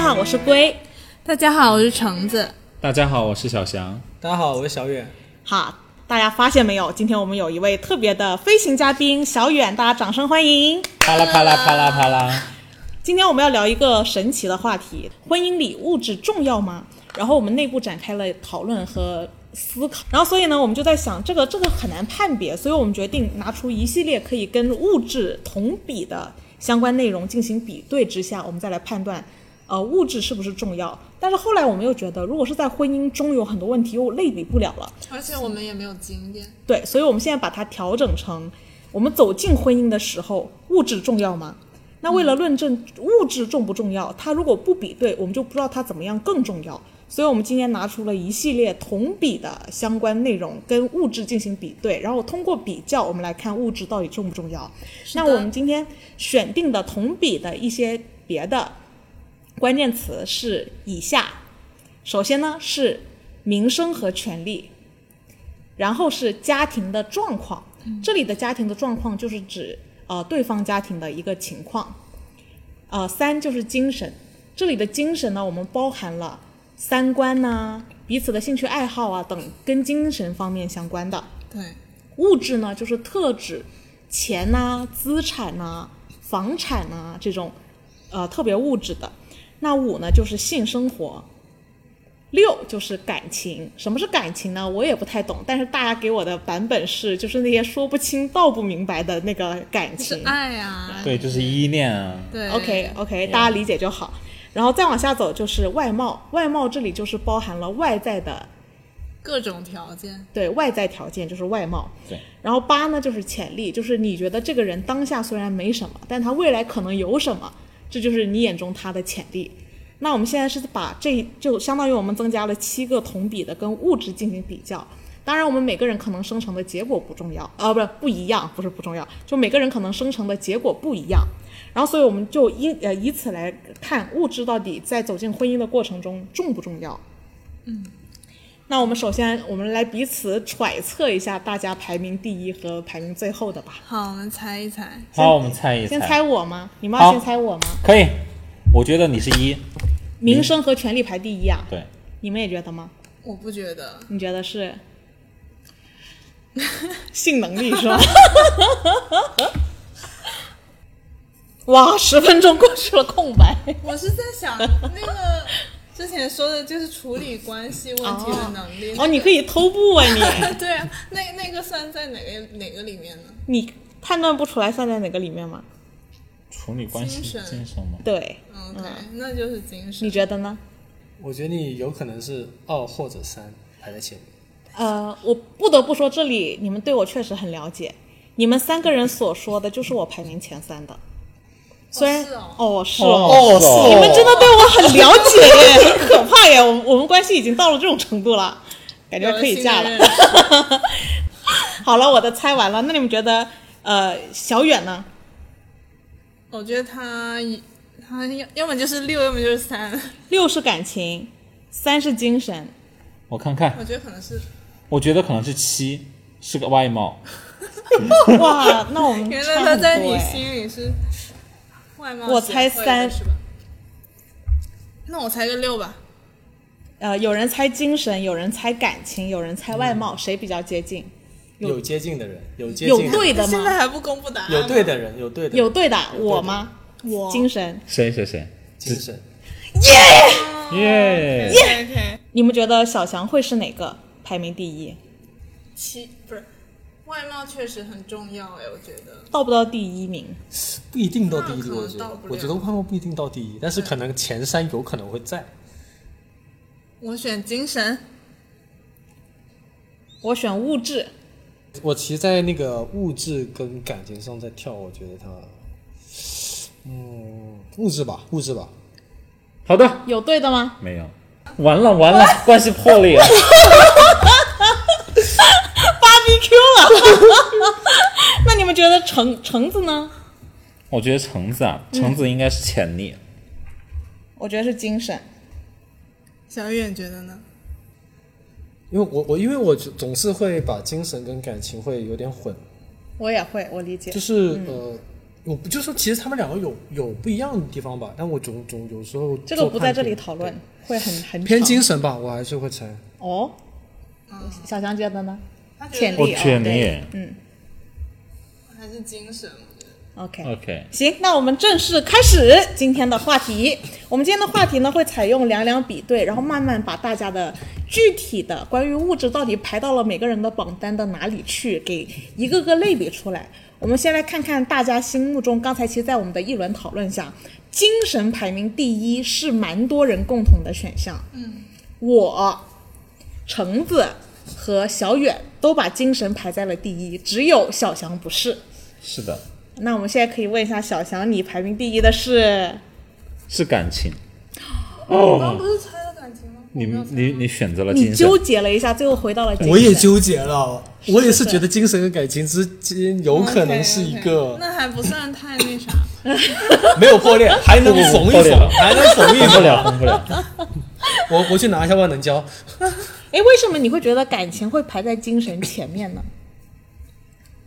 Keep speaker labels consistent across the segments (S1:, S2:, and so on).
S1: 好，我是龟。
S2: 大家好，我是橙子。
S3: 大家好，我是小翔。
S4: 大家好，我是小远。
S1: 好，大家发现没有？今天我们有一位特别的飞行嘉宾小远，大家掌声欢迎！
S3: 啪啦啪啦啪啦啪啦。
S1: 今天我们要聊一个神奇的话题：婚姻里物质重要吗？然后我们内部展开了讨论和思考。然后所以呢，我们就在想，这个这个很难判别，所以我们决定拿出一系列可以跟物质同比的相关内容进行比对之下，我们再来判断。呃，物质是不是重要？但是后来我们又觉得，如果是在婚姻中有很多问题又类比不了了，
S2: 而且我们也没有经验，
S1: 对，所以我们现在把它调整成，我们走进婚姻的时候，物质重要吗？那为了论证物质重不重要，它如果不比对，我们就不知道它怎么样更重要。所以我们今天拿出了一系列同比的相关内容，跟物质进行比对，然后通过比较，我们来看物质到底重不重要。那我们今天选定的同比的一些别的关键词是以下，首先呢是民生和权利，然后是家庭的状况。这里的家庭的状况就是指呃对方家庭的一个情况。呃，三就是精神，这里的精神呢，我们包含了三观呐、彼此的兴趣爱好啊等跟精神方面相关的。
S2: 对，
S1: 物质呢，就是特指钱呐、资产呐、房产呐、这种呃特别物质的。那五呢，就是性生活。六就是感情，什么是感情呢？我也不太懂，但是大家给我的版本是，就是那些说不清道不明白的那个感
S2: 是
S1: 情。
S2: 爱啊，
S3: 对，就是依恋啊。
S2: 对
S1: OK OK，大家理解就好。然后再往下走就是外貌，外貌这里就是包含了外在的，
S2: 各种条件，
S1: 对外在条件就是外貌。
S3: 对。
S1: 然后八呢就是潜力，就是你觉得这个人当下虽然没什么，但他未来可能有什么，这就是你眼中他的潜力。那我们现在是把这就相当于我们增加了七个同比的跟物质进行比较。当然，我们每个人可能生成的结果不重要，啊，不是不一样，不是不重要，就每个人可能生成的结果不一样。然后，所以我们就因呃以此来看物质到底在走进婚姻的过程中重不重要。那我们首先，我们来彼此揣测一下大家排名第一和排名最后的吧。
S2: 好，我们猜一猜，
S3: 好，我们猜一
S1: 先
S3: 猜
S1: 猜我吗？你们要
S3: 好
S1: 先猜我吗？
S3: 可以，我觉得你是一。
S1: 民生和权利排第一啊，
S3: 对，
S1: 你们也觉得吗？
S2: 我不觉得，
S1: 你觉得是性能力是 吧？哇，十分钟过去了，空 白。
S2: 我是在想那个之前说的就是处理关系问题的能力，
S1: 哦，你可以偷步啊你，
S2: 对啊，那那个算在哪个哪个里面呢？
S1: 你判断不出来算在哪个里面吗？
S3: 处理关系
S2: 精神
S3: 精神吗？
S1: 对，
S2: 嗯 OK，那就是精神
S1: 你，觉得呢？
S4: 我觉得你有可能是二或者三排在前面。
S1: 呃，我不得不说，这里你们对我确实很了解。你们三个人所说的，就是我排名前三的。虽然
S2: 是哦
S1: 哦是
S3: 哦是哦
S1: 你们真的对我很了解耶，很可怕耶！我们我们关系已经到了这种程度了，感觉
S2: 有了
S1: 可以
S2: 新
S1: 嫁
S2: 的认
S1: 了。
S2: 识
S1: 好了，我的猜完了，那你们觉得呃小远呢？
S2: 我觉得他他要要么就是六，要么就是三，
S1: 六是感情，三是精神，
S3: 我看看，
S2: 我觉得可能是
S3: 我觉得可能是七，是个外貌。
S1: 哇，那我们
S2: 原
S1: 差
S2: 来他
S1: 很
S2: 在
S1: 多
S2: 你
S1: 哎
S2: 心里是外貌协会的，
S1: 我猜三
S2: 是吧？那我猜个六吧。
S1: 呃，有人猜精神，有人猜感情，有人猜外貌，谁比较接近？有
S4: 有接近的人，有接
S1: 有
S4: 近的
S1: 对
S4: 人，
S1: 的
S2: 现
S1: 吗
S2: 在？还不公布答案吗，
S4: 有对的人，有对的人，
S1: 有对的
S4: 有对的
S1: 我吗？
S2: 我
S1: 精神，
S3: 谁谁谁？
S4: 精神。
S3: 耶！
S2: OK OK
S1: 你们觉得小强会是哪个排名第一？
S2: 七不是外貌确实很重要哎，我觉得
S1: 到不到第一名？
S4: 不一定到第一，
S2: 那可能
S4: 我觉
S2: 到
S4: 得
S2: 不，了
S4: 我觉得外貌不一定到第一，但是可能前三有可能会在。
S2: 我选精神，
S1: 我选物质，
S4: 我其实，在那个物质跟感情上在跳，我觉得他，嗯，物质吧，物质吧，
S3: 好的，
S1: 有对的吗？
S3: 没有。完了 完了，关系破裂了。
S1: 芭比 Q 了，那你们觉得橙橙子呢？
S3: 我觉得橙子啊，橙子应该是潜力。
S1: 嗯我觉得是精神，
S2: 小远觉得呢？
S4: 因为我我因为我总总是会把精神跟感情会有点混，
S1: 我也会，我理解
S4: 就。是、呃，我不就说，其实他们两个有有不一样的地方吧，但我总总有时候
S1: 这个
S4: 做
S1: 不
S4: 判
S1: 在这里
S4: 定
S1: 讨论，会很很
S4: 偏
S1: 长
S4: 精神吧，我还是会猜。
S1: 哦。小强觉得呢？
S2: 他觉
S1: 潜力，
S2: 得
S3: 我觉
S1: 哦
S3: 得
S1: 对嗯
S2: 还是精神，我觉得。
S4: 啊
S1: ，OK，
S3: OK，
S1: 行，那我们正式开始今天的话题。我们今天的话题呢，会采用两两比对，然后慢慢把大家的具体的关于物质到底排到了每个人的榜单的哪里去，给一个个类比出来。我们先来看看大家心目中，刚才其实，在我们的一轮讨论下，精神排名第一是蛮多人共同的选项。嗯，我、橙子和小远都把精神排在了第一，只有小翔不是。
S3: 是的，
S1: 那我们现在可以问一下小翔，你排名第一的是？
S3: 是感情。
S2: 我刚不是猜了感情吗？
S3: 哦你
S2: 我没有猜
S3: 你你选择了
S1: 你
S3: 精神
S1: 纠，结了一下，最后回到了精神
S4: 我也纠结了，我也是
S1: 是嗯
S4: 觉得精神跟感情之间有可能是一
S2: OK，OK，
S4: 个
S2: 那还不算太那啥。
S4: 没有破裂，还能缝一
S3: 破裂
S4: 缝，
S3: 了
S4: 还能缝一
S3: 分不
S4: 缝。
S3: 了，分不了。
S4: 我我去拿一下万能胶，
S1: 哎，为什么你会觉得感情会排在精神前面呢？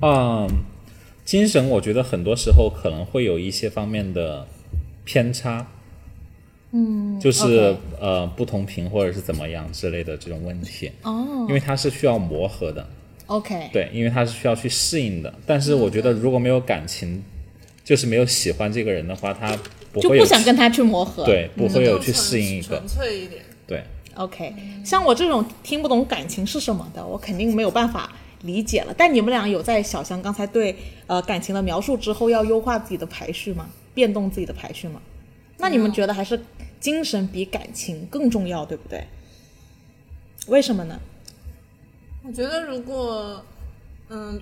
S3: 嗯，精神我觉得很多时候可能会有一些方面的偏差，嗯，就是、
S1: OK
S3: 呃不同频或者是怎么样之类的这种问题，
S1: 哦
S3: 因为它是需要磨合的，
S1: ，OK，
S3: 对，因为它是需要去适应的。但是我觉得如果没有感情，就是没有喜欢这个人的话，他不
S1: 就
S3: 会
S1: 不
S3: 有
S1: 想跟他嗯去磨合。
S3: 对不 会有
S2: 更
S3: 去
S2: 纯
S3: 适应一个
S2: 纯粹一点。
S3: 对。
S1: ，OK，像我这种听不懂感情是什么的，我肯定没有办法理解了。但你们俩有在小翔刚才对呃感情的描述之后，要优化自己的排序吗？变动自己的排序吗？那你们觉得还是精神比感情更重要，对不对？为什么呢？
S2: 我觉得如果，嗯，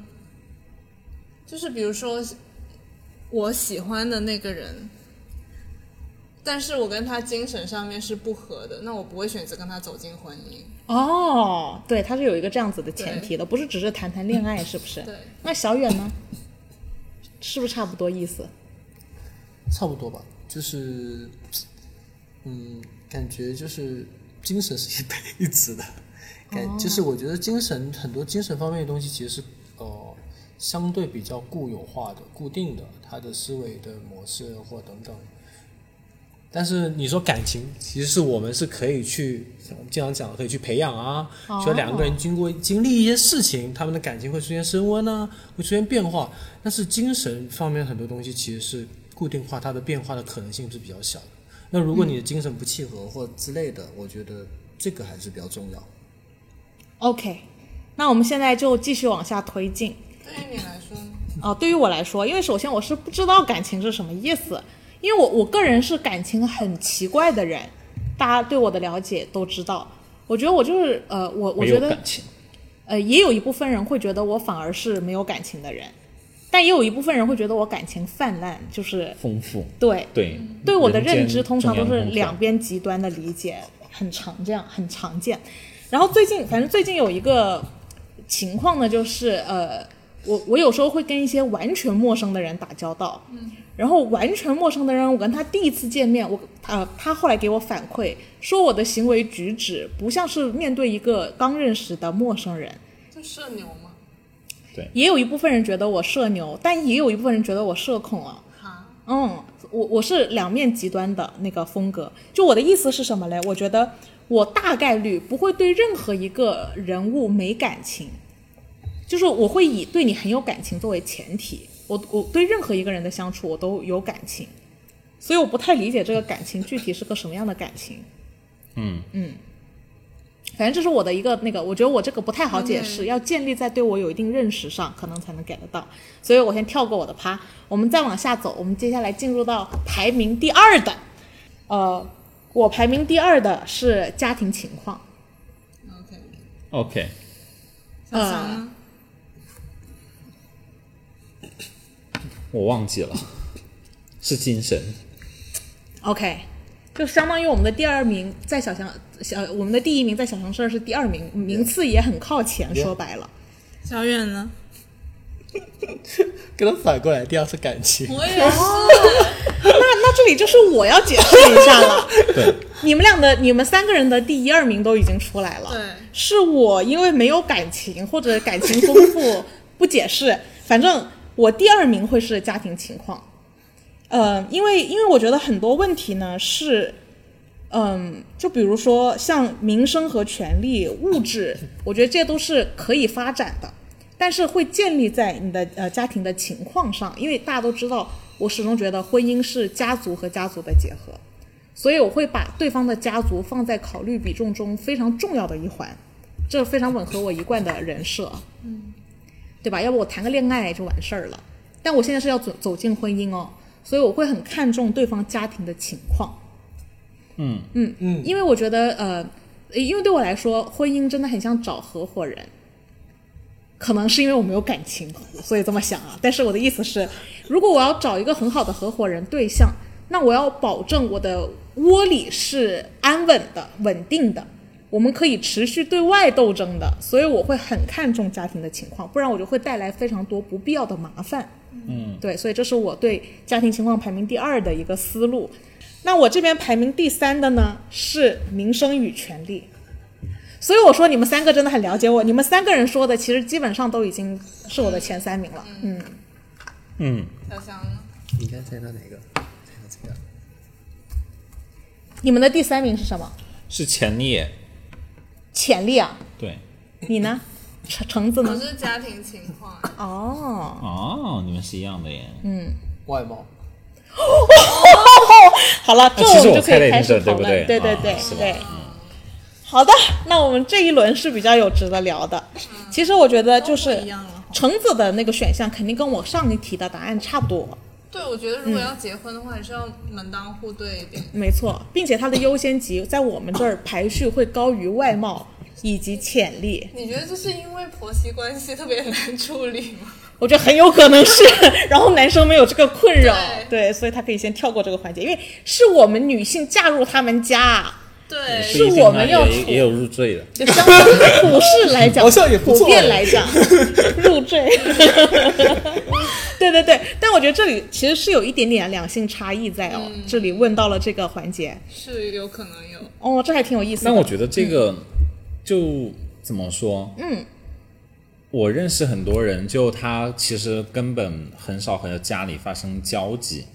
S2: 就是比如说我喜欢的那个人，但是我跟他精神上面是不合的，那我不会选择跟他走进婚姻。
S1: 哦，对，它是有一个这样子的前提的，不是只是谈谈恋爱，是不是？
S2: 对。
S1: 那小远呢？是不是差不多意思？
S4: 差不多吧，就是，嗯，感觉就是精神是一辈子的，感、就是我觉得精神很多精神方面的东西其实是呃相对比较固有化的、固定的，他的思维的模式或等等。但是你说感情，其实是我们是可以去，我们经常讲的可以去培养啊，
S1: 哦
S4: 说两个人经过经历一些事情，他们的感情会出现升温啊，会出现变化。但是精神方面很多东西其实是固定化，它的变化的可能性是比较小的。那如果你的精神不契合或之类的，我觉得这个还是比较重要。
S1: OK，那我们现在就继续往下推 进。
S2: 对于你来说呢，
S1: 啊、对于我来说，因为首先我是不知道感情是什么意思，因为我我个人是感情很奇怪的人，大家对我的了解都知道。我觉得我就是呃，我我
S3: 没
S1: 觉
S3: 有
S1: 得
S3: 感情，
S1: 呃，也有一部分人会觉得我反而是没有感情的人，但也有一部分人会觉得我感情泛滥，就是
S3: 丰富，
S1: 对
S3: 对，
S1: 对我的
S3: 人间
S1: 认知通常都
S3: 中
S1: 是
S3: 央空
S1: 两
S3: 调
S1: 边极端的理解，很常这样，很常见。然后最近，反正最近有一个情况呢，就是呃，我我有时候会跟一些完全陌生的人打交道，嗯，然后完全陌生的人，我跟他第一次见面，我呃，他后来给我反馈说我的行为举止不像是面对一个刚认识的陌生人，
S2: 就社牛嘛，
S1: 也有一部分人觉得我社牛，但也有一部分人觉得我社恐啊。
S2: 哈，
S1: 嗯，我我是两面极端的那个风格。就我的意思是什么嘞？我觉得我大概率不会对任何一个人物没感情，就是我会以对你很有感情作为前提。我我对任何一个人的相处我都有感情，所以我不太理解这个感情具体是个什么样的感情。
S3: 嗯
S1: 嗯，反正这是我的一个那个，我觉得我这个不太好解释，要建立在对我有一定认识上，可能才能 get 得到。所以我先跳过我的趴，我们再往下走，我们接下来进入到排名第二的，呃，我排名第二的是家庭情况，
S2: ，OK，
S3: OK，
S2: 小强呢？
S3: 我忘记了，是精神，
S1: OK，就相当于我们的第二名在小强小，我们的第一名在小强社是第二名，名次也很靠前。说白了，
S2: 小远呢？
S4: 跟他反过来，第二次感情，
S2: 我也是，
S1: 那那这里就是我要解释一下了。
S3: 对，
S1: 你们俩的，你们三个人的第一二名都已经出来了。
S2: 对
S1: 是我因为没有感情或者感情丰富不解释，反正我第二名会是家庭情况，呃，因为因为我觉得很多问题呢是，嗯，就比如说像民生和权利、物质，我觉得这都是可以发展的，但是会建立在你的呃家庭的情况上，因为大家都知道，我始终觉得婚姻是家族和家族的结合，所以我会把对方的家族放在考虑比重中非常重要的一环，这非常吻合我一贯的人设。啊对吧？要不我谈个恋爱就完事儿了。但我现在是要走走进婚姻哦，所以我会很看重对方家庭的情况。
S3: 嗯
S1: 嗯嗯，因为我觉得呃，因为对我来说，婚姻真的很像找合伙人。可能是因为我没有感情，所以这么想啊。但是我的意思是，如果我要找一个很好的合伙人对象，那我要保证我的窝里是安稳的、稳定的，我们可以持续对外斗争的。所以我会很看重家庭的情况，不然我就会带来非常多不必要的麻烦。嗯，对，所以这是我对家庭情况排名第二的一个思路。那我这边排名第三的呢是民生与权利。所以我说你们三个真的很了解我，你们三个人说的其实基本上都已经是我的前三名了。嗯，
S3: 嗯，
S2: 小翔呢？
S4: 你该猜到哪个？猜到这个。
S1: 你们的第三名是什么？
S3: 是前列，
S1: 潜力啊，
S3: 对。
S1: 你呢？橙橙子
S2: 我
S1: 呢？
S2: 是家庭情况，
S1: 哦，
S3: 哦，你们是一样的耶。
S1: 嗯
S4: 外貌，
S1: 好了，这
S3: 那啊其实
S1: 们
S3: 我
S1: 就可
S3: 猜了
S1: 以
S3: 一
S1: 开
S3: 定
S1: 始
S3: 准，
S1: 讨
S3: 对不
S1: 论。对
S3: 对？
S1: 对
S3: 啊
S1: 对
S3: 是吧
S1: 对好的，那我们这一轮是比较有值得聊的。其实我觉得就
S2: 嗯都
S1: 是
S2: 不一样了
S1: 橙子的那个选项肯定跟我上一题的答案差不多。
S2: 对，我觉得如果要结婚的话，还是要门当户对一点。
S1: 没错，并且它的优先级在我们这儿排序会高于外貌以及潜力。
S2: 你觉得这是因为婆媳关系特别难处理吗？
S1: 我觉得很有可能是，然后男生没有这个困扰，对所以他可以先跳过这个环节，因为是我们女性嫁入他们家，
S2: 对，
S1: 是我们要
S3: 不一定啊也也有入赘的。
S1: 就相当于普世来 讲，
S4: 好像也不
S3: 哎
S1: 普
S4: 错
S1: 遍来讲，入赘。对对对，但我觉得这里其实是有一点点两性差异在哦。这里问到了这个环节，
S2: 是有可能有。
S1: 哦，这还挺有意思的。
S3: 那我觉得这个
S1: 嗯
S3: 就怎么说？嗯，我认识很多人，就他其实根本很少和家里发生交集。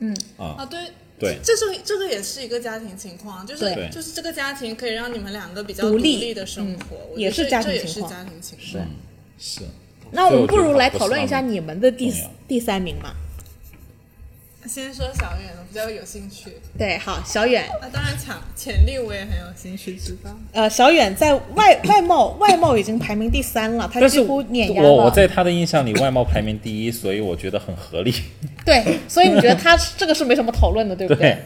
S1: 嗯哦
S2: 啊，对。
S3: 对
S2: 这这是这个也是一个家庭情况，就是
S1: 对
S2: 就是这个家庭可以让你们两个比较
S1: 独立
S2: 立的生活，我觉得
S1: 也是
S2: 这
S1: 家庭
S2: 这也
S1: 情
S2: 是
S1: 况
S2: 家庭情况。
S3: 嗯，是。
S1: 那我
S3: 所以
S1: 们
S3: 我
S1: 不
S3: 觉得
S1: 如
S3: 它
S1: 来
S3: 不
S1: 讨
S3: 是
S1: 论
S3: 那
S1: 一下
S3: 么
S1: 你们的第
S3: 重要
S1: 第三名嘛？
S2: 先说小远，我比较有兴趣。
S1: 对，好，小远，
S2: 那、啊当然潜潜力我也很有兴趣知道。
S1: 呃，小远在外外貌外貌已经排名第三了，他
S3: 但
S1: 几
S3: 是
S1: 乎碾压了。
S3: 我我在他的印象里，外貌排名第一，所以我觉得很合理。
S1: 对，所以你 觉得他是这个是没什么讨论的，对不
S3: 对，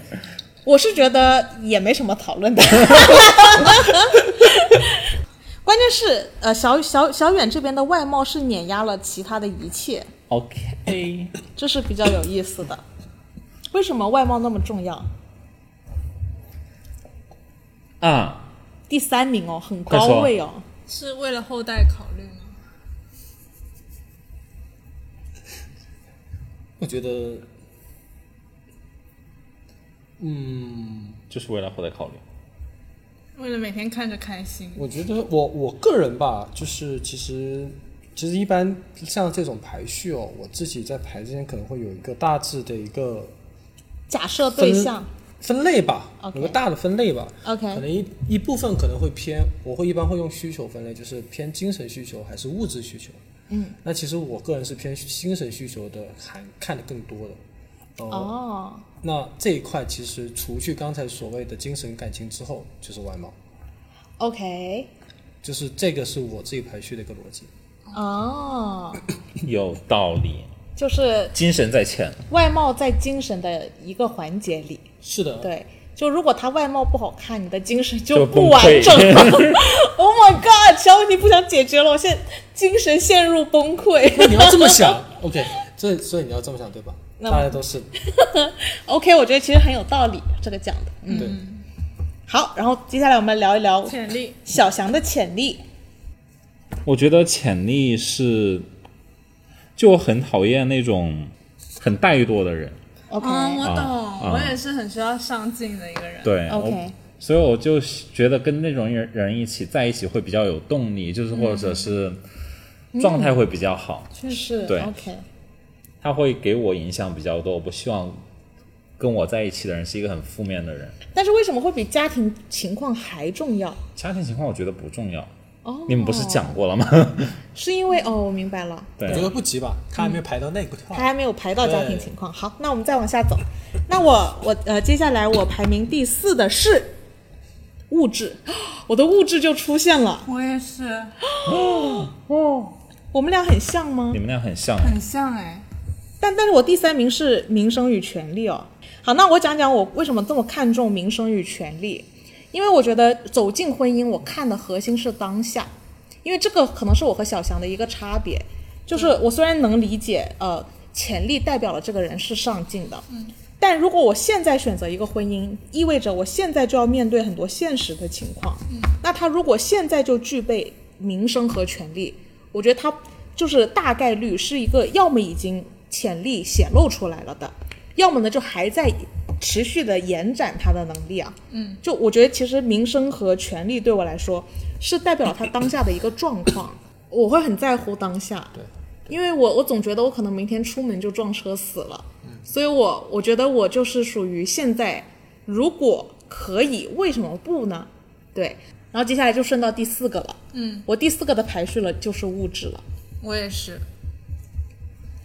S1: 我是觉得也没什么讨 论的。关键是，呃，小小小远这边的外貌是碾压了其他的一切，
S3: OK，
S1: 这是比较有意思的。为什么外貌那么重要？
S3: 啊，
S1: 第三名哦，很
S3: 快
S1: 高
S3: 说
S1: 位哦。
S2: 是为了后代考虑吗？
S4: 我觉得，嗯，
S3: 就是为了后代考虑。
S2: 为了每天看着开心。
S4: 我觉得我我个人吧，就是其实其实一般像这种排序哦，我自己在排之前可能会有一个大致的一个
S1: 假设对
S4: 分
S1: 象
S4: 分类吧
S1: OK
S4: 有个大的分类吧。可
S1: ，OK，
S4: 能一一部分可能会偏，我会一般会用需求分类，就是偏精神需求还是物质需求。嗯，那其实我个人是偏精神需求的，还看的更多的。呃、
S1: 哦，
S4: 那这一块其实除去刚才所谓的精神感情之后，就是外貌，
S1: OK，
S4: 就是这个是我自己排序的一个逻辑。
S1: 哦，
S3: 有道理，
S1: 就是
S3: 精神在前。
S1: 外貌在精神的一个环节里。
S4: 是的，
S1: 对，就如果他外貌不好看，你的精神就
S3: 就
S1: 不
S3: 崩
S1: 完
S3: 溃
S1: 整 了。oh my god，小问题不想解决了，我现精神陷入崩溃。
S4: 那你要这么想 ，OK，这所以你要这么想对吧？
S1: 那
S4: 大家都是
S1: OK，我觉得其实很有道理，这个讲的。嗯，
S4: 对。
S1: 好，然后接下来我们聊一聊
S2: 潜力
S1: 小翔的潜力。
S3: 我觉得潜力是，就我很讨厌那种很怠惰的人。
S1: OK，、
S2: 嗯，我懂，
S3: 啊
S2: 我也是很需要上进的一个人。
S3: 对
S1: OK
S3: 我所以我就觉得跟那种人人一起在一起会比较
S1: 嗯
S3: 有动力，就是或者是状态会比较好。
S1: 确实
S3: 对
S1: OK。
S3: 他会给我影响比较多。我不希望跟我在一起的人是一个很负面的人。
S1: 但是为什么会比家庭情况还重要？
S3: 家庭情况我觉得不重要，
S1: 哦，
S3: 你们不是讲过了吗？
S1: 是因为哦，我明白了，
S3: 对
S4: 我觉得不急吧，他还没有排到那个
S1: 他
S4: 话。
S1: 还没有排到家庭情况。好，那我们再往下走。那我我呃，接下来我排名第四的是物质， 我的物质就出现了。
S2: 我也是，
S1: 我们俩很像吗
S3: 你？们俩很像。
S2: 很像哎。
S1: 但但是我第三名是民生与权利哦。好，那我讲讲我为什么这么看重民生与权利，因为我觉得走进婚姻，我看的核心是当下，因为这个可能是我和小翔的一个差别，就是我虽然能理解，呃，潜力代表了这个人是上进的，嗯，但如果我现在选择一个婚姻，意味着我现在就要面对很多现实的情况，嗯，那他如果现在就具备名声和权利，我觉得他就是大概率是一个要么已经潜力显露出来了的，要么呢就还在持续的延展他的能力啊，嗯，就我觉得其实名声和权利对我来说是代表了他当下的一个状况，我会很在乎当下，
S4: 对，
S1: 因为我我总觉得我可能明天出门就撞车死了，所以我我觉得我就是属于现在，如果可以，为什么不呢？对，然后接下来就剩到第四个了，
S2: 嗯，
S1: 我第四个的排序了就是物质了，
S2: 我也是。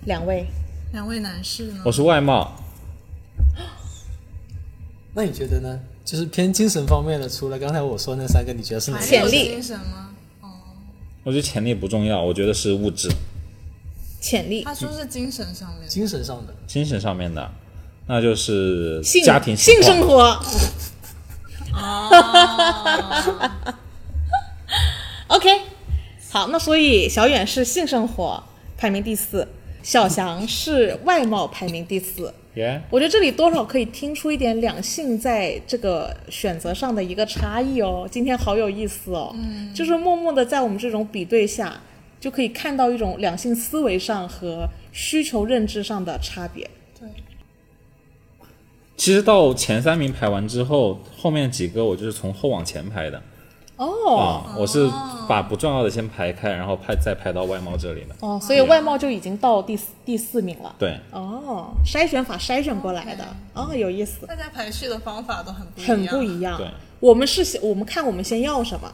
S1: 两位，
S2: 两位男士呢
S3: 我？是外貌，
S4: 那你觉得呢？就是偏精神方面的，除了刚才我说那三个，你觉得是哪
S2: 还
S4: 个？
S1: 潜力
S2: 有精神吗？哦，
S3: 我觉得潜力不重要，我觉得是物质、
S1: 潜力、
S2: 他说是精神上面的，
S4: 精神上的，
S3: 精神上面的，那就是
S1: 性、
S3: 家庭情
S1: 性
S3: 况
S1: 生活。OK，好，那所以小远是性生活排名第四，小翔是外貌排名第四。
S3: 耶
S1: 我觉得这里多少可以听出一点两性在这个选择上的一个差异哦。今天好有意思哦，嗯，就是默默的在我们这种比对下，就可以看到一种两性思维上和需求认知上的差别。
S2: 对，
S3: 其实到前三名排完之后，后面几个我就是从后往前排的
S1: 哦
S3: 啊、我是把不重要的先排开，然后排再排到外貌这里的。
S1: 哦，所以外貌就已经到第四第四名了。
S3: 对，
S1: 哦，筛选法筛选过来的哦，有意思，
S2: 大家排序的方法都很不一
S1: 很不
S2: 样。
S1: 一样。
S3: 对
S1: 我们是先我们看我们先要什么，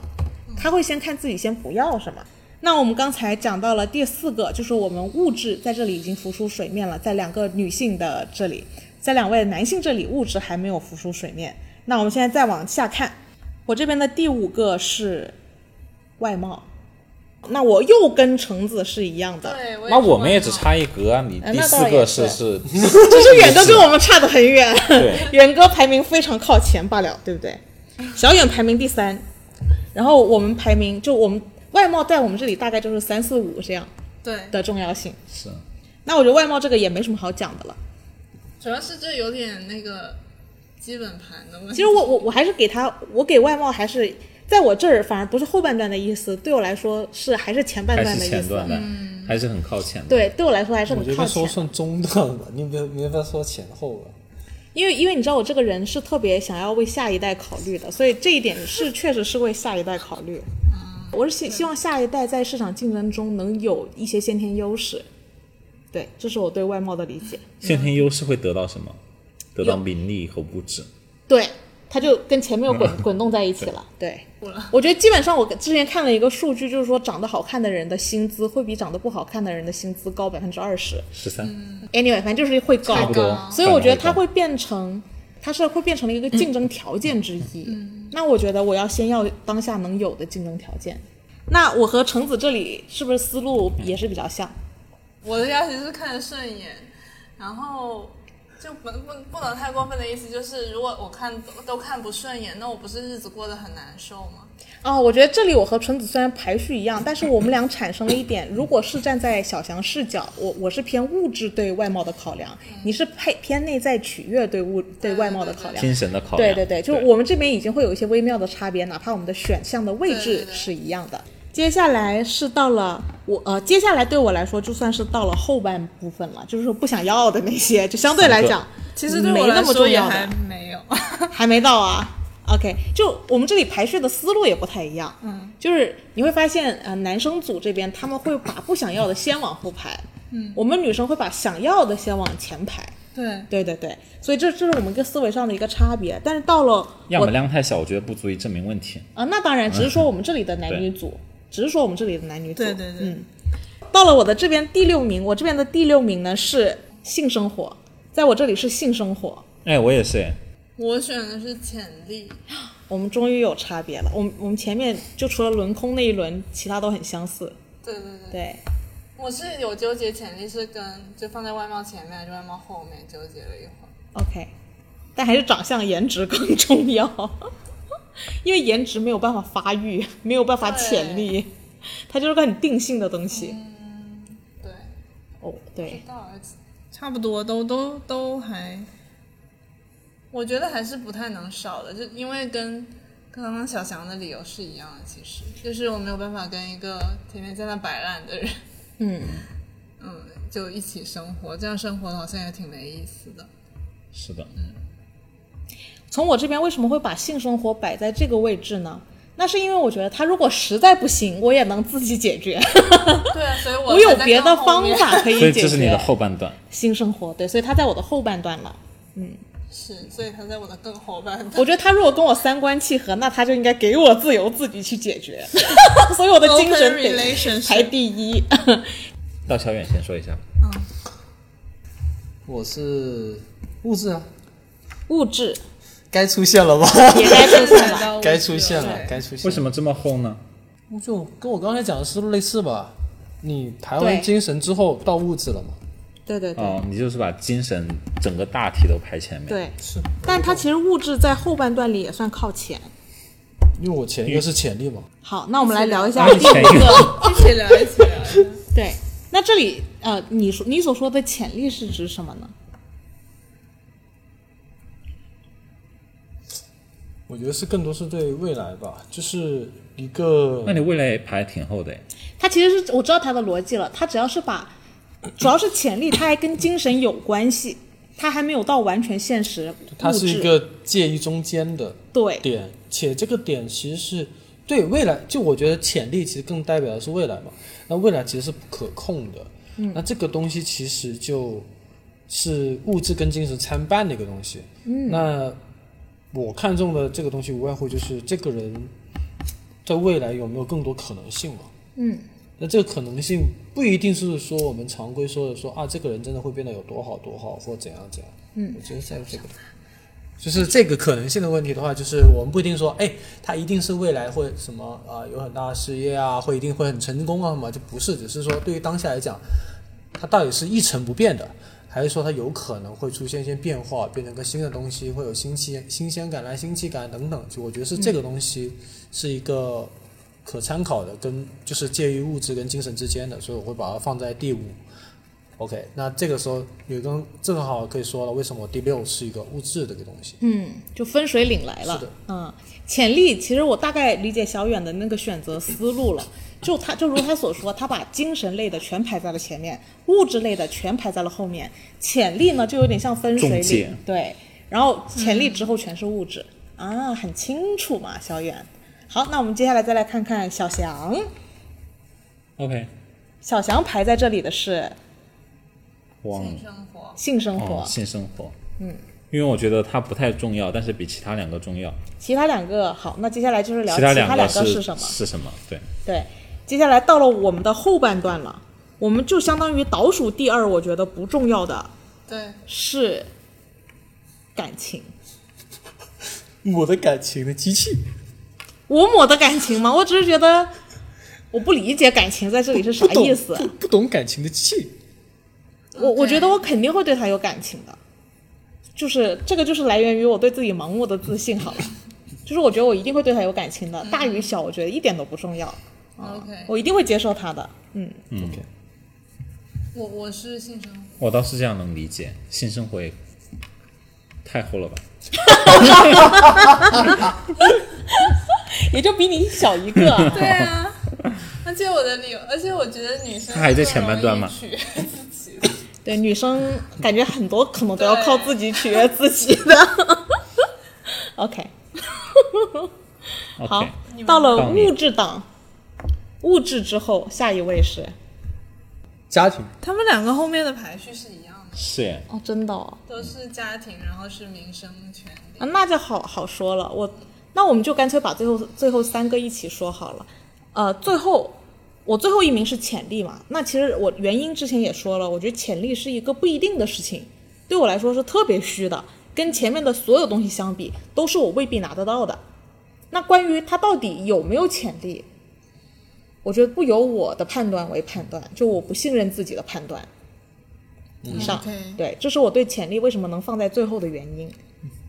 S2: 嗯
S1: 他会先看自己先不要什么。那我们刚才讲到了第四个，就是我们物质在这里已经浮出水面了，在两个女性的这里，在两位男性这里，物质还没有浮出水面。那我们现在再往下看，我这边的第五个是外貌，那我又跟橙子是一样的，
S2: 对，
S3: 那我们也
S2: 是
S3: 只差一格啊，你
S1: 哎
S3: 第
S1: 那
S3: 四
S1: 倒也
S3: 个
S1: 是
S3: 是是，
S1: 就是远哥跟我们差得很远。
S3: 对，
S1: 远哥排名非常靠前罢了，对不对？小远排名第三，然后我们排名就我们外貌在我们这里大概就是三四五这样
S2: 对，
S1: 的重要性。
S3: 是
S1: 那我觉得外貌这个也没什么好讲的了。
S2: 主要是这有点那个基本盘的问
S1: 其
S2: 题
S1: 实。我我我还是给他，我给外貌还是在我这儿反而不是后半段的意思，对我来说是还是前半
S3: 还
S1: 段
S3: 是
S1: 的意
S3: 前
S1: 思。嗯
S3: 段的，还是很靠前的。
S1: 对，对我来说还是
S4: 我
S1: 很
S4: 觉
S1: 靠
S4: 得说
S1: 前，
S4: 算中段吧， 你别没法说前后啊吧。
S1: 因为因为你知道我这个人是特别想要为下一代考虑的，所以这一点 是确实是为下一代考虑。我是希希望下一代在市场竞争中能有一些先天优势，对，这是我对外貌的理解。
S3: 先天优势会得到什么？得到名利和物质。
S1: 对，它就跟前面有滚滚动在一起了。对， 我觉得基本上我之前看了一个数据，就是说长得好看的人的薪资会比长得不好看的人的薪资高百分之二十。
S3: 十三、
S1: Anyway，反正就是会高，
S3: 差不多
S1: 所以我觉得它
S3: 反正
S1: 会变成，它是会变成了一个竞争条件之一。那我觉得我要先要当下能有的竞争条件。那我和橙子这里是不是思路也是比较像？
S2: 我的要求是看得顺眼，然后就不不不能太过分的意思就是，如果我看都都看不顺眼，那我不是日子过得很难受吗？
S1: 哦，我觉得这里我和橙子虽然排序一样，但是我们俩产生了一点，如果是站在小翔视角，我我是偏物质对外貌的考量，你是偏偏内在取悦对物对外貌的考量。
S3: 精神的考量。
S1: 对对对，就我们这边已经会有一些微妙的差别，哪怕我们的选项的位
S2: 对
S1: 置
S2: 对对
S1: 是一样的。接下来是到了我呃，接下来对我来说就算是到了后半部分了，就是说不想要的那些，就相对来讲，
S2: 其实对
S1: 没
S2: 我
S1: 那
S2: 来
S1: 么
S2: 说
S1: 重
S2: 也
S1: 要的
S2: 还没 有。
S1: 还没到啊。OK，就我们这里排序的思路也不太一样，嗯，就是你会发现，呃，男生组这边他们会把不想要的先往后排，嗯，我们女生会把想要的先往前排。
S2: 对，
S1: 对对对，所以这这是我们跟思维上的一个差别。但是到了
S3: 样本量太小，我觉得不足以证明问题。
S1: 啊，那当然，只是说我们这里的男女组，只是说我们这里的男女组。
S2: 对对对
S1: 嗯。到了我的这边第六名，我这边的第六名呢是性生活，在我这里是性生活。
S3: 哎，我也是，
S2: 我选的是潜力，
S1: 我们终于有差别了。我们我们前面就除了轮空那一轮，其他都很相似。
S2: 对对对，
S1: 对，
S2: 我是有纠结潜力，是跟就放在外貌前面还是外貌后面纠结了一会儿。
S1: OK，但还是长相颜值更重要，因为颜值没有办法发育，没有办法潜力，它就是个很定性的东西。
S2: 嗯对，
S1: 哦，对，
S2: 到儿子差不多都都都还，我觉得还是不太能少的，就因为跟跟刚刚小翔的理由是一样的，其实就是我没有办法跟一个天天在那摆烂的人，
S1: 嗯，
S2: 嗯，就一起生活，这样生活好像也挺没意思 的。
S3: 是的，
S1: 嗯从我这边为什么会把性生活摆在这个位置呢？那是因为我觉得他如果实在不行，我也能自己解决，
S2: 对啊，所以我
S1: 我有别的方法可以
S3: 所以
S1: 解决。
S3: 这是你的后半段。
S1: 性生活，对，所以他在我的后半段了。
S2: 是，所以他在我的更后半段。
S1: 我觉得他如果跟我三观契合，那他就应该给我自由，自己去解 决。所以我的精神
S2: Open
S1: 得
S2: relationship
S1: 排第一。
S3: 到小远先说一下，
S4: 我是物质啊，
S1: 物质
S4: 该出 现了吧？
S1: 也该出现 了。
S4: 该出现了，该出现了。
S3: 为什么这么厚呢？
S4: 就跟我刚才讲的思路类似吧？你排完
S1: 对
S4: 精神之后到物质了嘛？
S1: 对对对、
S3: 哦，你就是把精神整个大体都排前面。
S1: 对，
S4: 是，
S1: 但他其实物质在后半段里也算靠前。
S4: 因为我前一个是潜力嘛。
S1: 好，那我们来聊一下
S3: 那你
S1: 第
S3: 前
S1: 一
S3: 一
S1: 个。
S2: 一起聊一起聊。
S1: 对，那这里呃，你说你所说的潜力是指什么呢？
S4: 我觉得是更多是对未来吧，就是一个
S3: 那你未来也排挺厚的诶，
S1: 他其实是我知道他的逻辑了，他只要是把，主要是潜力，他还跟精神有关系，他还没有到完全现实。
S4: 它是
S1: 物质
S4: 一个介于中间的
S1: 对
S4: 点，且这个点其实是对未来，就我觉得潜力其实更代表的是未来嘛。那未来其实是不可控的，嗯、那这个东西其实就是物质跟精神参半的一个东西。嗯、那我看中的这个东西无外乎就是这个人在未来有没有更多可能性嘛。
S1: 嗯，
S4: 那这个可能性不一定是说我们常规说的说啊，这个人真的会变得有多好多好，或怎样怎样。嗯，我觉得在这个，就是这个可能性的问题的话，就是我们不一定说，哎，他一定是未来会什么啊、有很大的事业啊，会一定会很成功啊嘛，就不是，只是说对于当下来讲，它到底是一成不变的，还是说它有可能会出现一些变化，变成个新的东西，会有新奇新鲜感啊、新奇感等等。就我觉得是这个东西是一个可参考的，跟就是介于物质跟精神之间的，所以我会把它放在第五。OK，那这个时候有刚正好可以说了，为什么我第六是一个物质的一个东西？
S1: 嗯，就分水岭来了。
S4: 是的
S1: 嗯，潜力其实我大概理解小远的那个选择思路了。就他，就如他所说，他把精神类的全排在了前面，物质类的全排在了后面。潜力呢，就有点像分水
S3: 中介
S1: 岭，对。然后潜力之后全是物质、啊，很清楚嘛，小远。好，那我们接下来再来看看小翔，
S3: OK，
S1: 小翔排在这里的是
S3: 忘了
S1: 嗯
S2: 性生
S1: 性生
S2: 活，
S1: 活，
S3: 哦，性生活，嗯，因为我觉得它不太重要，但是比其他两个重要。
S1: 其他两个好，那接下来就是聊
S3: 他
S1: 两
S3: 个
S1: 个
S3: 是
S1: 什么？
S3: 是什么？对，
S1: 对，接下来到了我们的后半段了，我们就相当于倒数第二，我觉得不重要的
S2: 对，
S1: 是感情。
S4: 我的感情的机器，
S1: 我抹的感情吗？我只是觉得我不理解感情在这里是啥
S4: 不懂
S1: 意思
S4: 不。不懂感情的机器，
S1: 我我觉得我肯定会对他有感情的，就是这个就是来源于我对自己盲目的自信好了，就是我觉得我一定会对他有感情的，大与小我觉得一点都不重要，
S2: OK，
S1: 我一定会接受他的。嗯，
S3: 嗯，
S2: 我我是性生活，
S3: 我倒是这样能理解，性生活也太厚了吧？
S1: 也就比你小一个 啊、
S2: 对 啊，而且我的理由，而且我觉得女生
S3: 他还在前半段吗
S2: 更容易取自己的
S1: 对，女生感觉很多可能都要
S2: 对
S1: 靠自己取悦自己的。OK，好
S3: OK，
S1: 到了
S3: 到你
S1: 物质党，物质之后，下一位是
S4: 家庭，
S2: 他们两个后面的排序是一样的，
S3: 是耶，
S1: 哦，真的哦，
S2: 都是家庭，然后是民生权利。
S1: 啊，那就好好说了。我那我们就干脆把最后最后三个一起说好了。呃，最后我最后一名是潜力嘛。那其实我原因之前也说了，我觉得潜力是一个不一定的事情，对我来说是特别虚的，跟前面的所有东西相比，都是我未必拿得到的。那关于它到底有没有潜力，我觉得不由我的判断为判断，就我不信任自己的判断。以上
S2: OK
S1: 对，这是我对潜力为什么能放在最后的原因。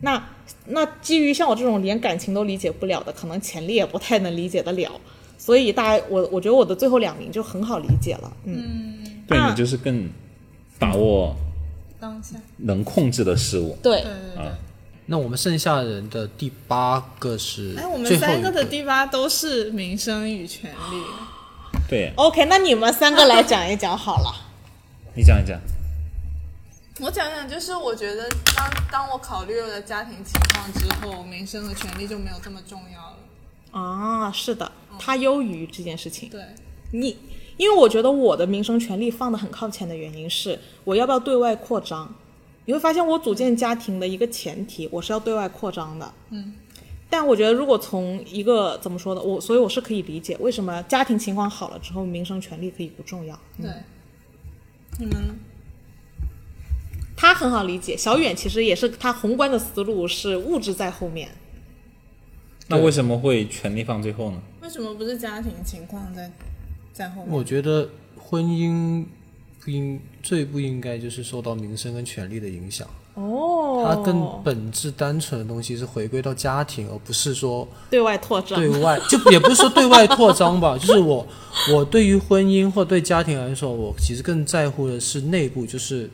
S1: 那那基于像我这种连感情都理解不了的，可能潜力也不太能理解得了，所以大家我我觉得我的最后两名就很好理解了。嗯，
S3: 对
S1: 那
S3: 你就是更把握
S2: 当下，
S3: 能控制的事物。
S1: 对
S2: 对，对对。
S3: 啊
S4: 那我们剩下人的第八个是
S2: 哎，我们
S4: 最后
S2: 三
S4: 一
S2: 个的第八都是民生与权利。
S3: 对
S1: OK，那你们三个来讲一讲好了。
S3: 你讲一讲，
S2: 我讲讲，就是我觉得当当我考虑了家庭情况之后，民生和权利就没有这么重要了。
S1: 啊，是的，他优于这件事情。
S2: 对，
S1: 你，因为我觉得我的民生权利放得很靠前的原因是，我要不要对外扩张？你会发现，我组建家庭的一个前提，我是要对外扩张的。嗯，但我觉得如果从一个怎么说呢，我所以我是可以理解为什么家庭情况好了之后，民生权利可以不重要。
S2: 对，你们
S1: 他很好理解，小远其实也是他宏观的思路是物质在后面。
S3: 那为什么会权力放最后呢？
S2: 为什么不是家庭情况在在后面？
S4: 我觉得婚姻不应最不应该就是受到民生跟权利的影响，
S1: 哦
S4: 它更本质单纯的东西是回归到家庭，而不是说
S1: 对外拓张。
S4: 对外，就也不是说对外扩张吧，就是我我对于婚姻或对家庭来说，我其实更在乎的是内部，就是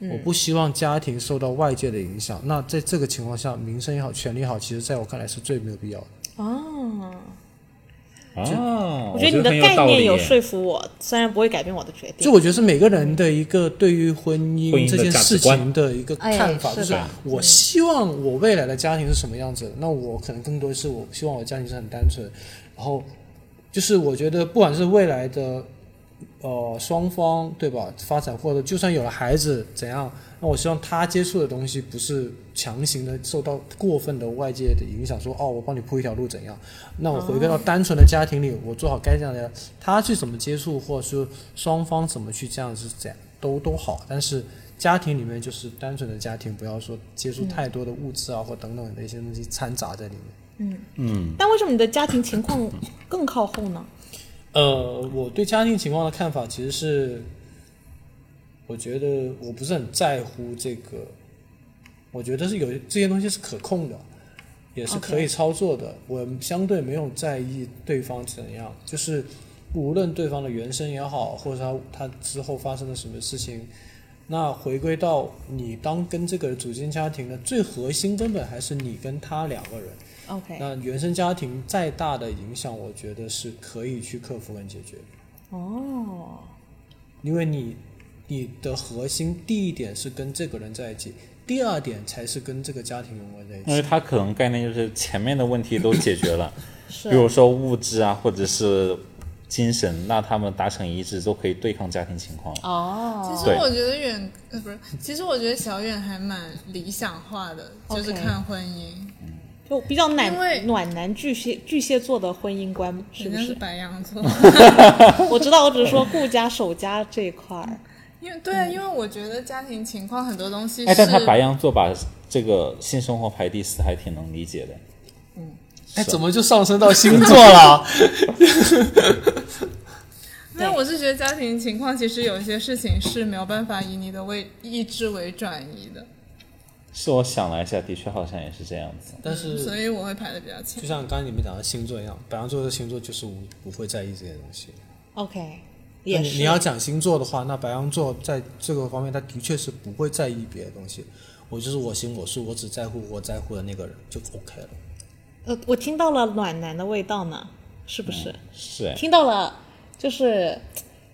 S4: 我不希望家庭受到外界的影响。那在这个情况下，民生也好，权利也好，其实在我看来是最没有必要的。
S1: 哦，
S3: 哦，
S1: 我
S3: 我
S1: 觉得你的
S3: 很有
S1: 概
S3: 道
S1: 念
S3: 理
S1: 有
S3: 耶
S1: 说服我，虽然不会改变我的决定。
S4: 就我觉得是每个人的一个对于婚
S3: 婚
S4: 姻
S3: 姻
S4: 这
S3: 的
S4: 件
S3: 价值
S4: 事
S3: 观
S4: 情的一个看法，
S1: 哎
S4: 就是是
S1: 的
S4: 我希望我未来的家庭是什么样子的。那我可能更多是我希望我的家庭是很单纯，然后就是我觉得不管是未来的呃双方对吧发展，或者就算有了孩子怎样，那我希望他接触的东西不是强行的受到过分的外界的影响，说哦我帮你铺一条路怎样。那我回归到单纯的家庭里，我做好该这样的，他去怎么接触，或者说双方怎么去这样是怎样都都好，但是家庭里面就是单纯的家庭，不要说接触太多的物质啊、或等等的一些东西掺杂在里面。
S1: 但为什么你的家庭情况更靠后呢？
S4: 呃，我对家庭情况的看法其实是，我觉得我不是很在乎这个，我觉得是有这些东西是可控的，也是可以操作的。我相对没有在意对方怎样，就是无论对方的原生也好，或者他他之后发生了什么事情，那回归到你当跟这个组建家庭的最核心根本还是你跟他两个人。
S1: OK，
S4: 那原生家庭再大的影响，我觉得是可以去克服跟解决的，
S1: 哦，
S4: 因为你你的核心第一点是跟这个人在一起，第二点才是跟这个家庭融为在一
S3: 因为
S4: 起。
S3: 它可能概念就是前面的问题都解决 了，比
S1: 是
S3: 如说物质啊，或者是精神，那他们达成一致都可以对抗家庭情况了。
S1: 哦，
S2: 其实
S3: 对
S2: 我觉得远呃不是，其实我觉得小远还蛮理想化的，就是
S1: OK
S2: 看婚姻，
S1: 就比较
S2: 因为
S1: 暖暖男巨蟹巨蟹座的婚姻观是
S2: 人
S1: 不
S2: 家是
S1: 是？
S2: 白羊 座。
S1: 我知道，我只是说顾家守家这一块儿。
S2: 因为对
S1: 嗯
S2: 啊，因为我觉得家庭情况很多东西是，
S3: 哎，但他白羊座把这个性生活排第四，还挺能理解的。
S1: 嗯
S4: 哎，怎么就上升到星座了？
S2: 没有，我是觉得家庭情况其实有一些事情是没有办法以你的为意志为转移的，
S3: 是我想了一下，的确好像也是这样子。
S4: 但是
S2: 所以我会排的比较前
S4: 就。像刚刚你们讲的星座一样，白羊座的星座就是无不会在意这些东西。
S1: OK，
S4: 那
S1: 也
S4: 你
S1: 是
S4: 你要讲星座的话，那白羊座在这个方面，他的确是不会在意别的东西。我就是我行我素，我只在乎我在乎的那个人就 OK 了。
S1: 呃，我听到了暖男的味道呢，是不是？
S4: 嗯
S3: 是哎，
S1: 听到了，就是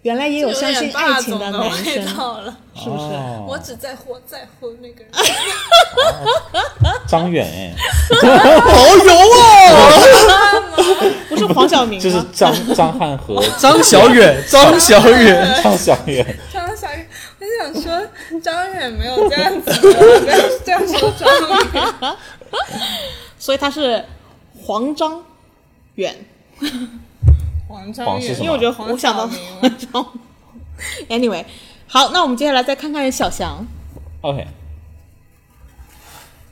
S1: 原来也有相信爱情
S2: 的
S1: 男
S2: 味
S1: 生，
S2: 道了。
S1: 是不是？
S3: 哦
S2: 我只在乎我在乎那个人。
S3: 张远哎，
S4: 哦好油啊！
S1: 不是黄晓明
S3: 就是
S1: 吗？
S3: 张张翰和
S4: 张小远， 张小远，
S3: 张小远，
S2: 张小雨，我想说张远没有这样子 的，不要这样说张远。
S1: 所以他是黄张远，
S2: 黄张
S3: 黄
S2: 远
S3: 是什，么
S1: 因为我觉得
S2: 黄
S1: 我想到
S2: 晓明
S1: 黄张。anyway，好，那我们接下来再看看小翔，
S3: OK，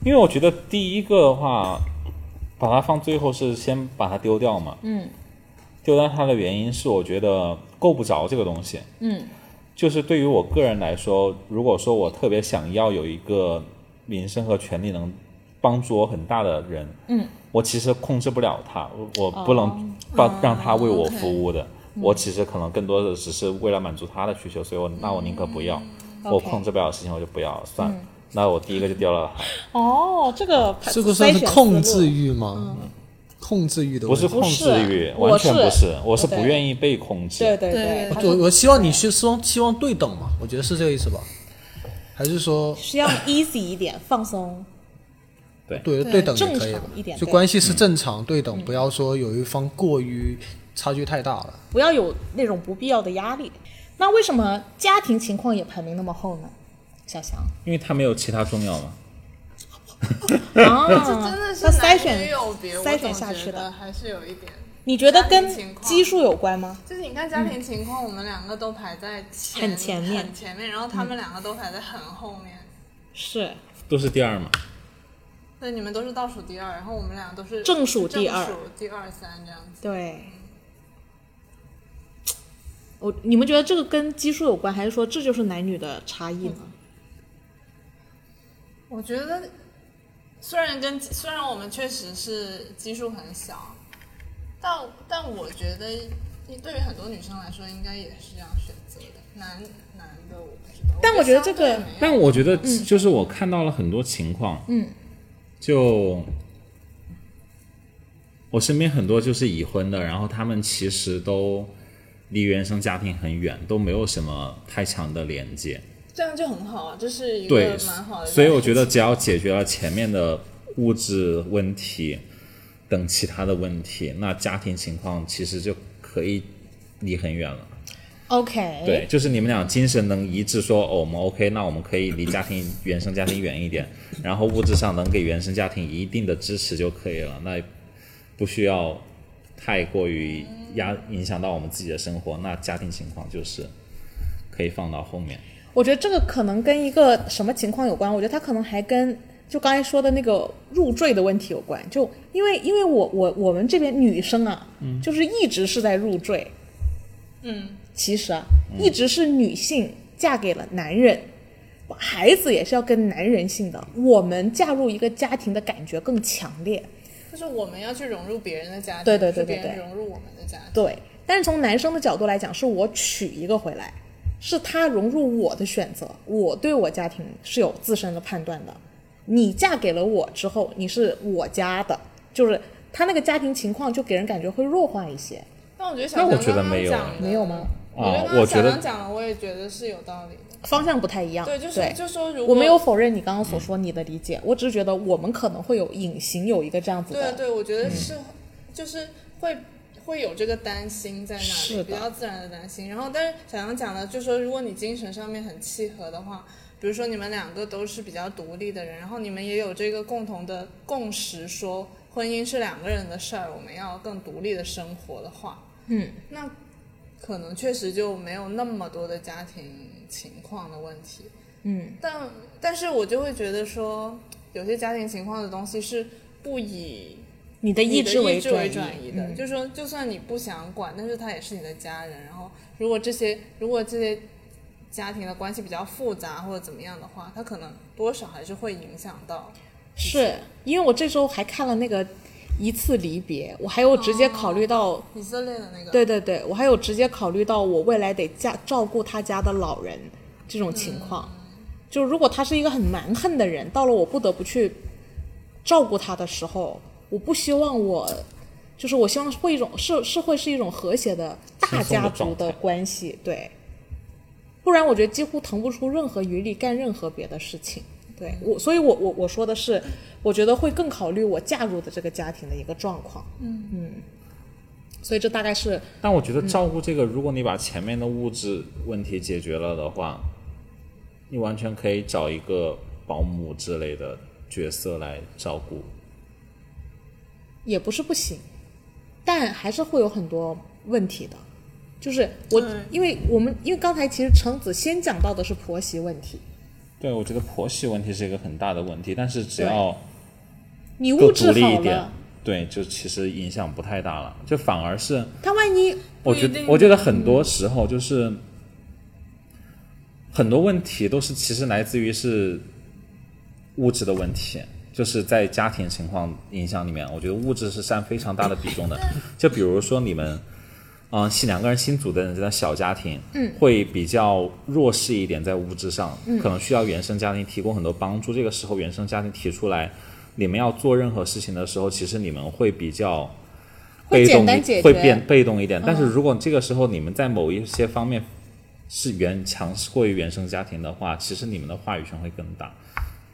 S3: 因为我觉得第一个的话，把它放最后是先把它丢掉嘛。嗯。丢掉它的原因是我觉得够不着这个东西。
S1: 嗯。
S3: 就是对于我个人来说，如果说我特别想要有一个名声和权利能帮助我很大的人，嗯，哦我其实控制不了他，我我不能帮、让他为我服务的。我其实可能更多的只是为了满足他的需求，所以我那我宁可不要，我
S1: OK 嗯
S3: 控制不了的事情我就不要了，算了。那我第一个就丢了它，
S1: 哦，这个
S4: 这个算是控制
S1: 欲，
S4: 欲吗？
S1: 嗯
S4: 控制欲的
S3: 不
S4: 问
S3: 是
S4: 题。
S3: 控制欲，
S1: 我
S3: 完全不
S1: 是
S3: 是，我是不
S1: 对
S3: 愿意被控制。
S1: 对对
S2: 对
S1: 对，
S2: 对
S1: 他
S4: 我
S1: 是
S4: 我希望你是希望希望对等嘛，我觉得是这个意思吧？还是说
S1: 是要 easy 一点，放松。
S4: 对
S2: 对
S4: 对等也
S1: 正
S4: 可以吧
S1: 常一点
S4: 就
S1: 对嗯
S4: 关系是正常对等，不要说有一方过于差距太大了。
S1: 不要有那种不必要的压力。那为什么家庭情况也排名那么后呢？小 翔
S3: 因为它没有其他重要嘛。
S1: 啊，
S2: 这真的是
S1: 那筛
S2: 男女
S1: 选，
S2: 有别，我
S1: 筛
S2: 总
S1: 选下
S2: 觉
S1: 去的
S2: 得还是有一点。
S1: 你觉得
S2: 家庭情
S1: 跟
S2: 况
S1: 基数有关吗？
S2: 就是你看家庭情况，我们两个都排在前
S1: 嗯很前面嗯
S2: 很前面，然后他们两个都排在很后面。
S1: 是
S3: 都是第二嘛，
S1: 嗯
S2: 对，你们都是倒数第二，然后我们俩都是
S1: 正数第二
S2: 正数第二三这样子。
S1: 对。我你们觉得这个跟基数有关，还是说这就是男女的差异呢？
S2: 我觉得，虽然跟虽然我们确实是基数很小，但但我觉得，对于很多女生来说，应该也是这样选择的。男男的我不知道，
S1: 但我觉得这个
S2: 相对没有
S3: 但我觉得
S1: 嗯
S3: 就是我看到了很多情况，嗯，就我身边很多就是已婚的，然后他们其实都离原生家庭很远，都没有什么太强的连接。
S2: 这样就很好啊，这是一
S3: 对
S2: 个蛮好的。
S3: 所以我觉得，只要解决了前面的物质问题等其他的问题，那家庭情况其实就可以离很远了。
S1: OK，
S2: 哎
S3: 对，就是你们俩精神能一致说，哦，我们 OK，那我们可以离家庭原生家庭远一点，然后物质上能给原生家庭一定的支持就可以了，那不需要太过于压影响到我们自己的生活，那家庭情况就是可以放到后面。
S1: 我觉得这个可能跟一个什么情况有关？我觉得它可能还跟就刚才说的那个入赘的问题有关。就因为因为我我我们这边女生啊，就是一直是在入赘，
S2: 嗯，
S1: 其实啊，一直是女性嫁给了男人，孩子也是要跟男人姓的。我们嫁入一个家庭的感觉更强烈，
S2: 就是我们要去融入别人的家庭，
S1: 对对
S2: 不是
S1: 对对
S2: 别人
S1: 对
S2: 融入我们的家庭。
S1: 对。但是从男生的角度来讲，是我娶一个回来，是他融入我的选择，我对我家庭是有自身的判断的。你嫁给了我之后，你是我家的，就是他那个家庭情况就给人感觉会弱化一些，
S2: 但我觉得小
S3: 那
S2: 强
S3: 我
S2: 刚
S3: 觉得
S2: 刚
S3: 没有
S2: 讲的
S1: 没有吗？
S3: 啊
S2: 我
S3: 我觉
S2: 觉得刚刚小
S3: 得
S2: 强讲了，我也觉得是有道理的。
S1: 方向不太一样。
S2: 对，就是就说如果
S1: 啊我没有否认你刚刚所说你的理解，我只是觉得我们可能会有隐形有一个这样子
S2: 对
S1: 的，
S2: 对，我觉得是，就是会会有这个担心在那
S1: 是
S2: 里，
S1: 的
S2: 比较自然的担心。然后，但是小杨讲了，就说如果你精神上面很契合的话，比如说你们两个都是比较独立的人，然后你们也有这个共同的共识说，婚姻是两个人的事儿，我们要更独立的生活的话，
S1: 嗯，
S2: 那可能确实就没有那么多的家庭情况的问题。
S1: 嗯，
S2: 但但是我就会觉得说，有些家庭情况的东西是不以
S1: 你的
S2: 你
S1: 意
S2: 的
S1: 志
S2: 为
S1: 转
S2: 转移的，
S1: 嗯
S2: 就是说，就算你不想管，但是他也是你的家人。然后，如果这些如果这些家庭的关系比较复杂或者怎么样的话，他可能多少还是会影响到。
S1: 是因为我这周还看了那个《一次离别》，我还有直接考虑到，
S2: 以色列的那个，
S1: 对对对，我还有直接考虑到我未来得家照顾他家的老人这种情况，就如果他是一个很蛮横的人，到了我不得不去照顾他的时候，我不希望我。就是我希望会一种是是会是一种和谐的大
S3: 轻松
S1: 家
S3: 的
S1: 族的
S3: 状态
S1: 关系，对，不然我觉得几乎腾不出任何余力干任何别的事情。对我，所以我我我说的是，我觉得会更考虑我嫁入的这个家庭的一个状况。嗯所以这大概是
S3: 但我觉得照顾这个，如果你把前面的物质问题解决了的话，你完全可以找一个保姆之类的角色来照顾。
S1: 也不是不行，但还是会有很多问题的。就是我，因为我们因为刚才其实橙子先讲到的是婆媳问题，
S3: 对，我觉得婆媳问题是一个很大的问题，但是只要
S1: 你
S3: 更
S1: 物质
S3: 独立一
S1: 好
S3: 点
S1: 了，，
S3: 对，就其实影响不太大了，就反而是。
S1: 他万一
S3: 我
S2: 不一
S3: 觉得
S2: 定
S3: 我觉得
S2: 的
S3: 很多时候就是很多问题都是其实来自于是物质的问题，就是在家庭情况影响里面，我觉得物质是占非常大的比重 的。就比如说你们。嗯，新两个人新组的人这种小家庭，嗯，会比较弱势一点在物质上，嗯，可能需要原生家庭提供很多帮助。这个时候，原生家庭提出来，你们要做任何事情的时候，其实你们会比较
S1: 会
S3: 被
S1: 简
S3: 动
S1: 单
S3: 一，
S1: 解决，嗯
S3: 会变被动一点。但是如果这个时候你们在某一些方面是原强势过于原生家庭的话，其实你们的话语权会更大。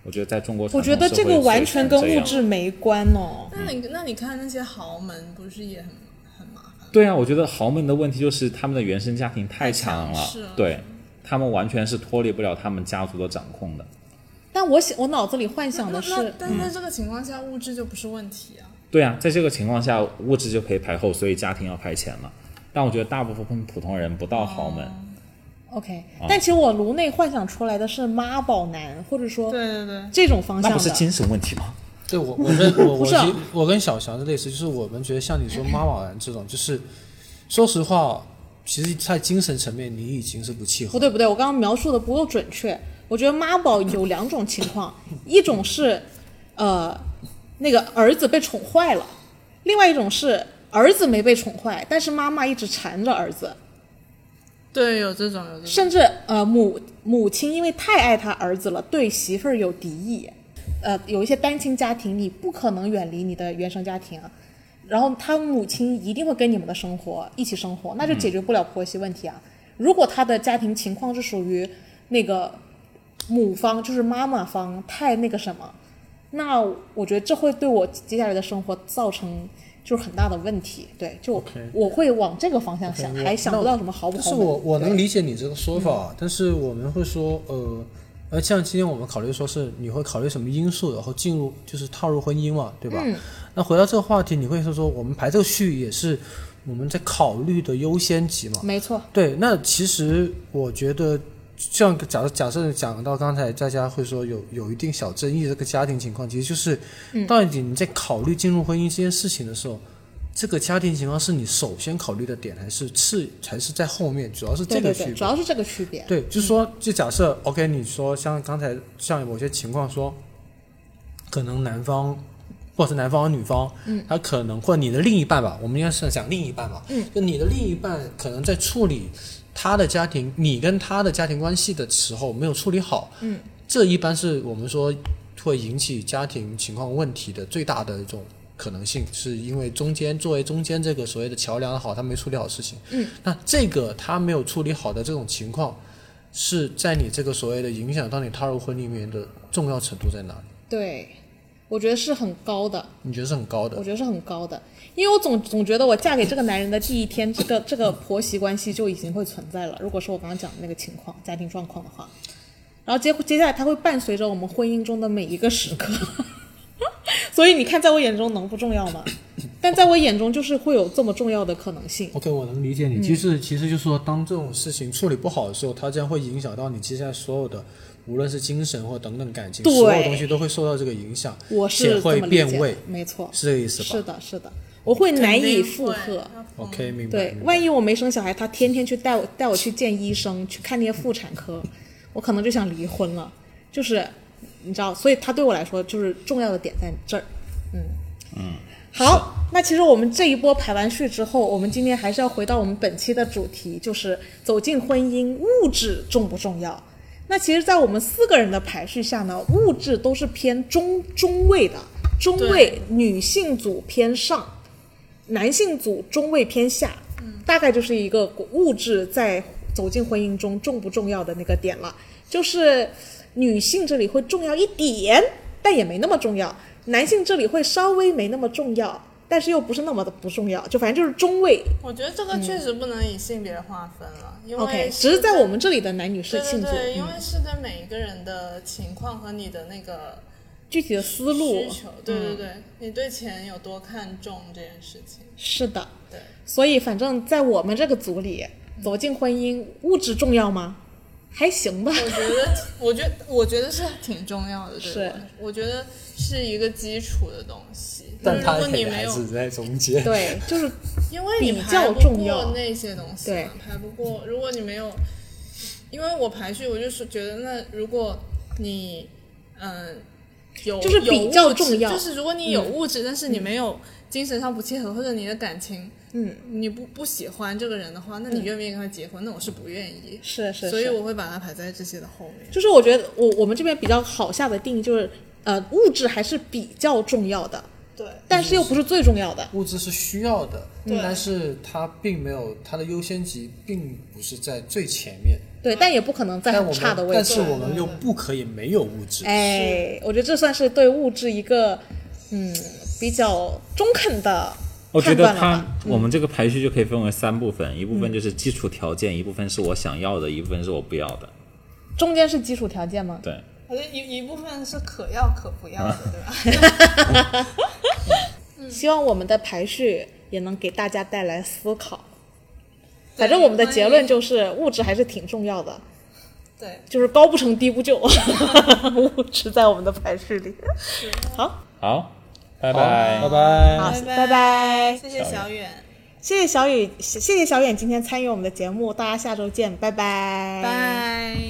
S3: 我觉得在中国传
S1: 我
S3: 统
S1: 觉
S3: 社会
S1: 得
S3: 是
S1: 这
S3: 这
S1: 个完全跟物
S3: 样
S1: 质没关哦。
S2: 那你那你看那些豪门不是也很很麻烦？
S3: 对啊，我觉得豪门的问题就是他们的原生家庭太强
S2: 太强势
S3: 了
S2: 了，
S3: 对他们完全是脱离不了他们家族的掌控的。
S1: 但我想，我脑子里幻想
S2: 那
S1: 的
S2: 那
S1: 是，嗯
S2: 但在这个情况下，物质就不是问题啊。
S3: 对啊，在这个情况下，物质就可以排后，所以家庭要排前嘛。但我觉得大部分普通人不到豪门，
S1: 嗯 OK，但
S3: 啊
S1: 其实我颅内幻想出来的是妈宝男，或者说
S2: 对对对，
S1: 这种方
S3: 那
S1: 向
S3: 不是
S1: 的。
S3: 精神问题吗？
S4: 对我，我跟 我
S1: 不
S4: 我
S1: 是啊
S4: 其我跟小翔是类似，就是我们觉得像你说妈宝男这种，就是说实话，其实在精神层面你已经是不契合
S1: 不。对不对，我刚刚描述的不够准确。我觉得妈宝有两种情况，一种是，呃，那个儿子被宠坏了；，另外一种是儿子没被宠坏，但是妈妈一直缠着儿子，
S2: 对有这种有这种。
S1: 甚至呃母母亲因为太爱她儿子了，对媳妇儿有敌意。呃，有一些单亲家庭，你不可能远离你的原生家庭啊。然后他母亲一定会跟你们的生活一起生活，那就
S4: 嗯
S1: 解决不了婆媳问题啊。如果他的家庭情况是属于那个母方，就是妈妈方太那个什么，那我觉得这会对我接下来的生活造成就是很大的问题。对，就
S4: OK
S1: 我会往这个方向想
S4: OK，我
S1: 还想不到什么好不
S4: 但
S1: 好。
S4: 是我我能理解你这个说法，但是我们会说，呃，呃，像今天我们考虑说是你会考虑什么因素，然后进入就是踏入婚姻嘛，对吧？那回到这个话题，你会说说我们排这个序也是我们在考虑的优先级嘛？
S1: 没错，
S4: 对，那其实我觉得，像假设假设讲到刚才大家会说有有一定小争议这个家庭情况，其实就是，
S1: 嗯
S4: 到底你在考虑进入婚姻这件事情的时候，这个家庭情况是你首先考虑的点，还是次还是在后面？主要是
S1: 对
S4: 这
S1: 对
S4: 个区
S1: 对，
S4: 别。
S1: 主要是这个区别。
S4: 对，就是说，就假设 OK，你说像刚才像某些情况说，可能男方或者是男方和女方，嗯，他可能或者你的另一半吧，我们应该是讲另一半吧，嗯，就你的另一半可能在处理他的家庭，你跟他的家庭关系的时候没有处理好，嗯，这一般是我们说会引起家庭情况问题的最大的一种。可能性是因为中间作为中间这个所谓的桥梁也好，他没处理好事情。嗯，那这个他没有处理好的这种情况，是在你这个所谓的影响到你踏入婚姻里面的重要程度在哪里？
S1: 对，我觉得是很高的，
S4: 你觉得是很高的
S1: 我？觉得是很高的，因为我总总觉得我嫁给这个男人的第一天，这个这个婆媳关系就已经会存在了。如果是我刚刚讲的那个情况，家庭状况的话，然后接接下来它会伴随着我们婚姻中的每一个时刻， 所以你看，在我眼中能不重要 吗？但在我眼中，就是会有这么重要的可能性。
S4: OK，我能理解你。其实，其实就是说，嗯当这种事情处理不好的时候，它将会影响到你接下来所有的，无论是精神或等等感情，
S1: 对
S4: 所有东西都会受到这个影响，
S1: 我是
S4: 且
S1: 这
S4: 会
S1: 么理解
S4: 变
S1: 的
S4: 味，，
S1: 没错，
S4: 是这个意思吧
S1: 是的，是的，我会难以
S2: 肯定
S1: 负
S2: 会
S1: 荷。
S2: 要疯
S4: o k 明白。
S1: 对
S4: 明，白
S1: 万一我没生小孩，他天天去带我带我去见医生，去看那些妇产 科，我可能就想离婚了。就是你知道，所以他对我来说就是重要的点在这儿。嗯嗯，好，那其实我们这一波排完序之后，我们今天还是要回到我们本期的主题，就是走进婚姻，物质重不重要？那其实，在我们四个人的排序下呢，物质都是偏中中位的，中位女性组偏上。男性组中位偏下，大概就是一个物质在走进婚姻中重不重要的那个点了。就是女性这里会重要一点，但也没那么重要；男性这里会稍微没那么重要，但是又不是那么的不重要，就反正就是中位。
S2: 我觉得这个确实不能以性别划分了，因为
S1: 嗯 OK，
S2: 是
S1: 只是在我们这里的男女是
S2: 对对
S1: 庆祝，
S2: 对，因
S1: 嗯
S2: 为是跟每一个人的情况和你的那个
S1: 具体的思路嗯
S2: 需求，对对对，你对钱有多看重这件事情，
S1: 是的。
S2: 对，
S1: 所以反正在我们这个组里，走进婚姻物质重要吗？还行吧。
S2: 我觉得，我觉得，我觉得是挺重要的，对
S1: 是
S2: 我，我觉得是一个基础的东西。
S4: 但
S2: 就是
S4: 他
S2: 如果
S4: 肯
S2: 你
S4: 定
S2: 没
S4: 还
S2: 有，
S4: 是在中间。
S1: 对，就是
S2: 因为你
S1: 比
S2: 排
S1: 较
S2: 不
S1: 重
S2: 过
S1: 要
S2: 那些东西，
S1: 对
S2: 嘛，排不过。如果你没有，因为我排序，我就是觉得，那如果你嗯、有
S1: 就是
S2: 有
S1: 比较
S2: 物质
S1: 重要
S2: 就是如果你有物质，但是你没有精神上不契合，或者你的感情，
S1: 嗯，
S2: 你不不喜欢这个人的话，那你愿不愿意跟他结婚？那我是不愿意，
S1: 是是，
S2: 所以
S1: 是
S2: 我会把它排在这些的后面。
S1: 就是我觉得我我们这边比较好下的定义就是，呃，物质还是比较重要的，
S2: 对，
S1: 但是又不是最重要的。
S4: 物质是需要的，
S2: 对
S4: 但是它并没有它的优先级，并不是在最前面。
S1: 对，但也不可能在
S4: 但
S1: 很
S4: 我
S1: 差的
S4: 们，
S1: 位
S4: 但
S1: 置。
S4: 是我们又不可以没有物质。
S1: 哎，我觉得这算是对物质一个嗯比较中肯的
S3: 我觉
S1: 判
S3: 得
S1: 断了
S3: 它
S1: 吧。
S3: 我们这个排序就可以分为三部分，一
S1: 嗯
S3: 部分就是基础条件，一部分是我想要的，一部分是我不要的。
S1: 嗯中间是基础条件吗？
S3: 对，
S2: 好像一一部分是可要可不要的，对吧？
S1: 希望我们的排序也能给大家带来思考。反正我们的结论就是物质还是挺重要的，
S2: 对，
S1: 就是高不成低不 就，物质在我们的排序里。好，
S3: 好，拜拜，
S4: 好拜。拜。
S1: 好，
S2: 拜拜
S1: 拜拜。
S2: 谢谢小远，
S1: 谢谢小雨，谢谢小远今天参与我们的节目，大家下周见，拜拜，
S2: 拜。